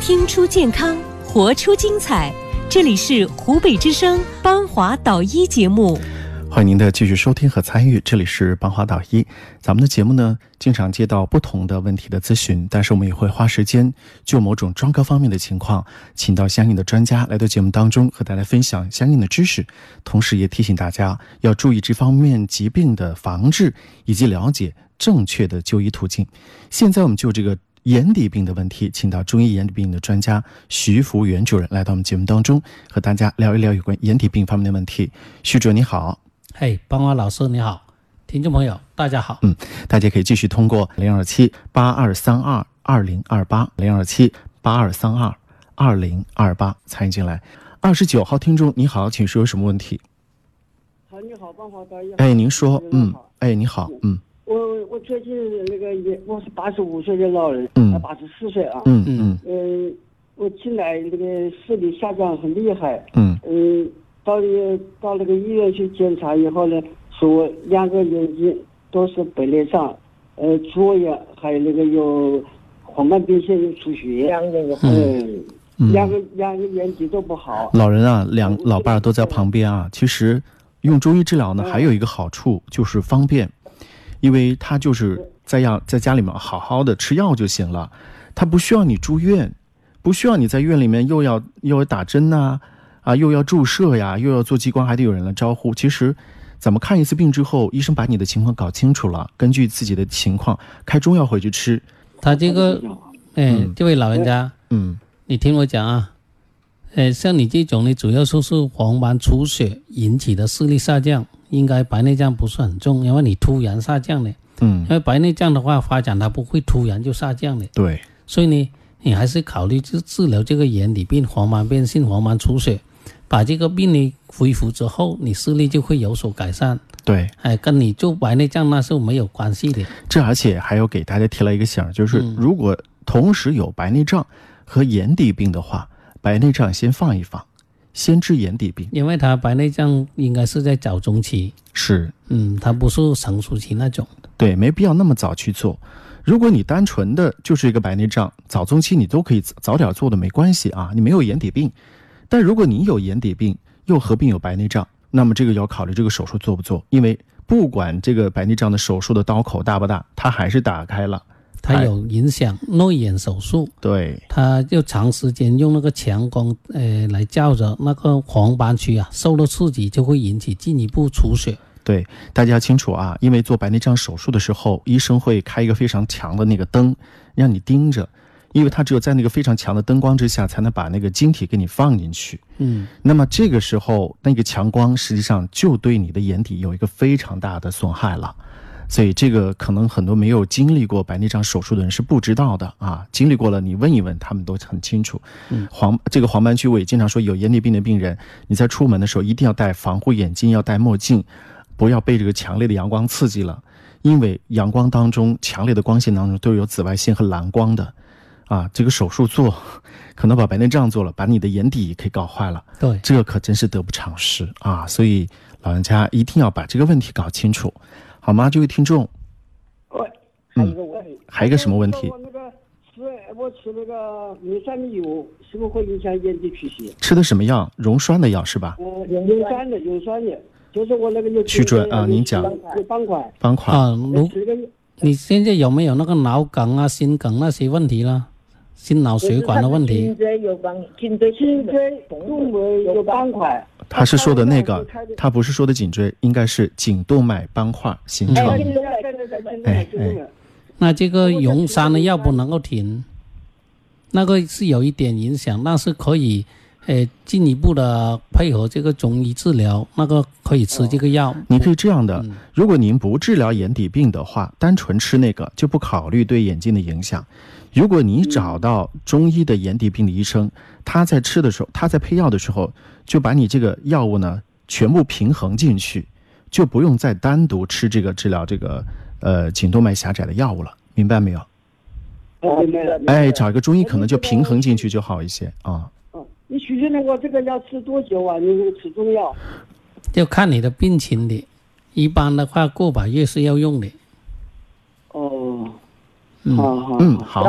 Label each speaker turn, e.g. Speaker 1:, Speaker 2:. Speaker 1: 听出健康，活出精彩。这里是湖北之声邦华导医节目。
Speaker 2: 欢迎您的继续收听和参与，这里是邦华导医。咱们的节目呢，经常接到不同的问题的咨询，但是我们也会花时间就某种专科方面的情况，请到相应的专家来到节目当中和大家分享相应的知识，同时也提醒大家要注意这方面疾病的防治以及了解正确的就医途径。现在我们就这个眼底病的问题，请到中医眼底病的专家徐福元主任来到我们节目当中，和大家聊一聊有关眼底病方面的问题。徐主任你好。
Speaker 3: 嘿，邦华老师你好，听众朋友大家好。
Speaker 2: 嗯，大家可以继续通过零二七八二三二二零二八零二七八二三二二零二八参与进来。二十九号听众你好，请说有什么问题？
Speaker 4: 好，你好，邦华导演。
Speaker 2: 哎，您说，
Speaker 4: 你
Speaker 2: 嗯
Speaker 4: 好，
Speaker 2: 哎，你好，嗯
Speaker 4: 我我最近那个也，我是八十五岁的老人，
Speaker 2: 嗯
Speaker 4: 八十四岁啊。
Speaker 2: 嗯嗯
Speaker 4: 嗯，我近来那个视力下降很厉害，
Speaker 2: 嗯
Speaker 4: 嗯，到医到那个医院去检查以后呢，说我两个眼睛都是白内障，呃，左眼还有那个有黄斑变性有出血，两个嗯，两个两个眼睛都不好。
Speaker 2: 老人啊，两老伴儿都在旁边啊。其实用中医治疗呢，还有一个好处就是方便，因为他就是在要在家里面好好的吃药就行了，他不需要你住院，不需要你在院里面又要又要打针呐、啊，又要注射呀，又要做激光，还得有人来招呼。其实。咱们看一次病之后，医生把你的情况搞清楚了，根据自己的情况开中药回去吃。
Speaker 3: 他这个，哎，这位老人家，
Speaker 2: 嗯
Speaker 3: 你听我讲啊，呃，像你这种呢，主要说是黄斑出血引起的视力下降，应该白内障不是很重，因为你突然下降的，
Speaker 2: 嗯
Speaker 3: 因，为白内障的话发展它不会突然就下降的，
Speaker 2: 对，
Speaker 3: 所以呢，你还是考虑治治疗这个眼底病、黄斑变性、黄斑出血，把这个病呢恢复之后，你视力就会有所改善。
Speaker 2: 对，
Speaker 3: 哎，跟你做白内障那是没有关系的。
Speaker 2: 这而且还要给大家提了一个醒儿，就是如果同时有白内障和眼底病的话，白内障先放一放，先治眼底病。
Speaker 3: 因为他白内障应该是在早中期，
Speaker 2: 是
Speaker 3: 嗯，他不是成熟期那种。
Speaker 2: 对，没必要那么早去做。如果你单纯的就是一个白内障，早中期你都可以早早点做的没关系啊，你没有眼底病。但如果你有眼底病，又合并有白内障，那么这个要考虑这个手术做不做，因为不管这个白内障的手术的刀口大不大，它还是打开了。
Speaker 3: 它有影响内眼手术，
Speaker 2: 对，
Speaker 3: 它就长时间用那个强光，呃，来照着那个黄斑区啊，受到刺激就会引起进一步出血。
Speaker 2: 对，大家要清楚啊，因为做白内障手术的时候，医生会开一个非常强的那个灯，让你盯着，因为他只有在那个非常强的灯光之下，才能把那个晶体给你放进去。
Speaker 3: 嗯，
Speaker 2: 那么这个时候，那个强光实际上就对你的眼底有一个非常大的损害了。所以这个可能很多没有经历过白内障手术的人是不知道的啊，经历过了你问一问，他们都很清楚。黄这个黄斑区我也经常说，有眼底病的病人，你在出门的时候一定要戴防护眼镜，要戴墨镜，不要被这个强烈的阳光刺激了，因为阳光当中强烈的光线当中都有紫外线和蓝光的，啊，这个手术做可能把白内障做了，把你的眼底给搞坏了。
Speaker 3: 对，
Speaker 2: 这可真是得不偿失啊！所以老人家一定要把这个问题搞清楚，好吗？这位听众，
Speaker 4: 喂，还有一个问题，
Speaker 2: 嗯还有一个什么问题
Speaker 4: 我那个吃我吃那个磷酸的油，是不是会影响眼底出血？
Speaker 2: 吃的什么药？溶栓的药是吧？
Speaker 4: 呃，有酸的，有酸的，就是我那个有
Speaker 2: 徐主任啊您讲嗯
Speaker 4: 有斑块，
Speaker 2: 方块、
Speaker 3: 啊，如
Speaker 4: 吃个
Speaker 3: 你现在有没有那个脑梗啊、心梗那些问题了？心脑血管的问题
Speaker 5: 颈，椎有关，颈椎
Speaker 4: 颈椎动脉有斑块，
Speaker 2: 他是说的那个
Speaker 4: 他，
Speaker 2: 他不是说的颈椎，应该是颈动脉斑块形成。
Speaker 4: 对对对对对
Speaker 2: 嗯哎
Speaker 4: 对对对，
Speaker 3: 那这个溶栓的药不能够停，那个是有一点影响，但是可以，呃，进一步的配合这个中医治疗，那个可以吃这个药。
Speaker 2: 你可以这样
Speaker 4: 嗯
Speaker 2: 的，如果您不治疗眼底病的话，单纯吃那个就不考虑对眼睛的影响。如果你找到中医的眼底病的医生，他在吃的时候，他在配药的时候，就把你这个药物呢全部平衡进去，就不用再单独吃这个治疗这个呃颈动脉狭窄的药物了，明白没有？
Speaker 4: 哦明白了。明白了
Speaker 2: 哎，，找一个中医可能就平衡进去就好一些啊。
Speaker 4: 哦你徐主任，我这个要吃多久啊？你这个吃中药，
Speaker 3: 就看你的病情的，一般的话过把月是要用的。
Speaker 4: 哦，
Speaker 3: 嗯
Speaker 4: 好好好
Speaker 2: 嗯，好。